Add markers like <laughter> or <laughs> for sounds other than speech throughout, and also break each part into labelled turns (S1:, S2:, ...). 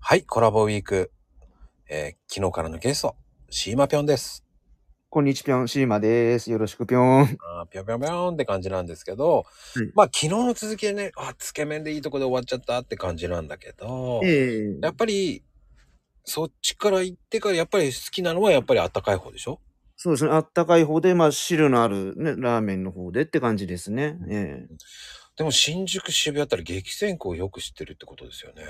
S1: はい、コラボウィーク。えー昨日からのゲスト、シーマぴょんです。
S2: こんにちぴょん、シーマです。よろしくぴょん。
S1: あーぴょんぴょんぴょんって感じなんですけど、
S2: うん
S1: まあ昨日の続きでね、あ、つけ麺でいいとこで終わっちゃったって感じなんだけど、
S2: ええ
S1: やっぱり、そっちから行ってからやっぱり好きなのはやっぱりあったかい方でしょ
S2: そうですね。あったかい方で、まあ、汁のある、ね、ラーメンの方でって感じですね。ええ
S1: でも新宿渋谷あたり激戦区をよく知ってるってことですよね。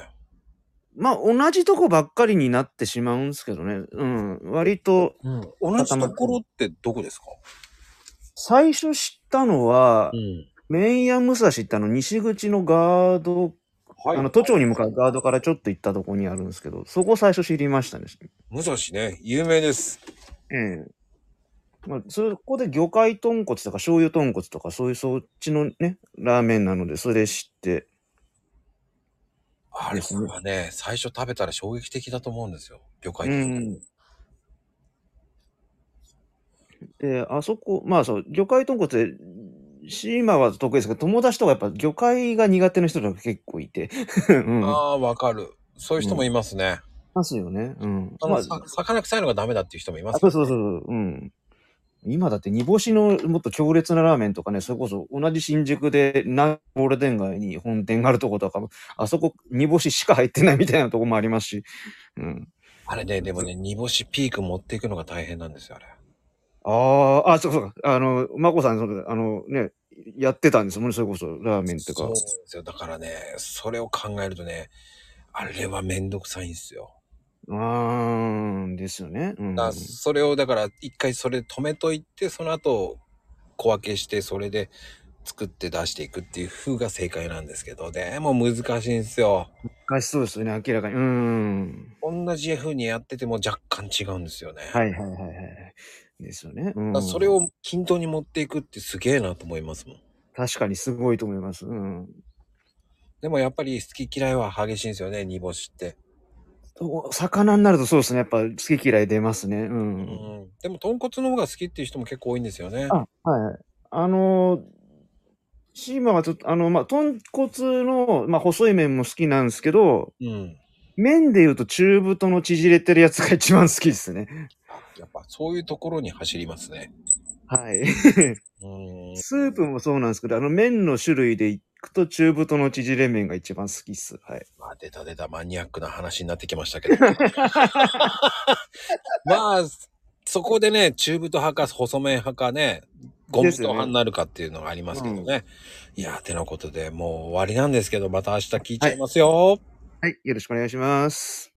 S2: まあ、同じとこばっかりになってしまうんですけどね。うん。割と、
S1: うん。同じところってどこですか
S2: 最初知ったのは、
S1: ん。
S2: 麺屋武蔵ってあの、西口のガード、
S1: はい。
S2: あの、都庁に向かうガードからちょっと行ったとこにあるんですけど、そこ最初知りましたね。
S1: 武蔵ね、有名です。
S2: ええまあ、そこで魚介豚骨とか醤油豚骨とかそういうそっちのね、ラーメンなので、それ知って。
S1: あれはね、最初食べたら衝撃的だと思うんですよ。魚介
S2: う
S1: とか
S2: ん。で、あそこ、まあそう、魚介豚骨で、シーマは得意ですけど、友達とかやっぱ魚介が苦手な人とか結構いて。うん。 <laughs> い
S1: ああー、わかる。そういう人もいますね。
S2: ますよね。うん。
S1: あの、
S2: まあ
S1: さ魚臭いのがダメだっていう人もいま
S2: あ
S1: す
S2: そうそうそうそう、うん。今だって煮干しのもっと強烈なラーメンとかね、それこそ同じ新宿でなゴールデン街に本店があるとことかも、あそこ煮干ししか入ってないみたいなとこもありますし、うん。
S1: あれね、でもね、煮干しピーク持っていくのが大変なんですよ、あれ。
S2: あーあ、そうそうか、あの、まこさん、そのあのね、やってたんですもんね、それこそラーメンと
S1: そう
S2: か
S1: なんで。すよ。だからね、それを考えるとね、あれはめんどくさいんですよ。
S2: うーん、ですよね。うん
S1: だ。からそれを、だから、一回それ止めといて、その後、小分けして、それで作って出していくっていう風が正解なんですけど、でも難しいんですよ。
S2: 難しそうですよね、明らかに。うーん。
S1: 同じ風にやってても若干違うんですよね。
S2: はいはいはいはいはい。ですよね。う
S1: だ
S2: ん
S1: からそれを均等に持っていくってすげえなと思いますもん。
S2: 確かにすごいと思います。うん。
S1: でもやっぱり好き嫌いは激しいんですよね、煮干しって。
S2: お魚になるとそうですね。やっぱ好き嫌い出ますね。う。
S1: うんん。でも豚骨の方が好きっていう人も結構多いんですよね。
S2: あ、はい。あのー、シーマはちょっと、あの、まあ、豚骨の、まあ、細い麺も好きなんですけど、
S1: うん。
S2: 麺で言うと中太の縮れてるやつが一番好きですね。
S1: やっぱそういうところに走りますね。
S2: はい。
S1: うん。
S2: スープもそうなんですけど、あの麺の種類でいくと中太の縮れ麺が一番好きっす。はい。
S1: まあ、出た出たマニアックな話になってきましたけど。
S2: <laughs>
S1: まあ、そこでね、中太派か細麺派かね、ゴム太
S2: ですよね
S1: 派になるかっていうのがありますけどね。いやー、てなことでもう終わりなんですけど、また明日聞いちゃいますよ。
S2: はい。よろしくお願いします。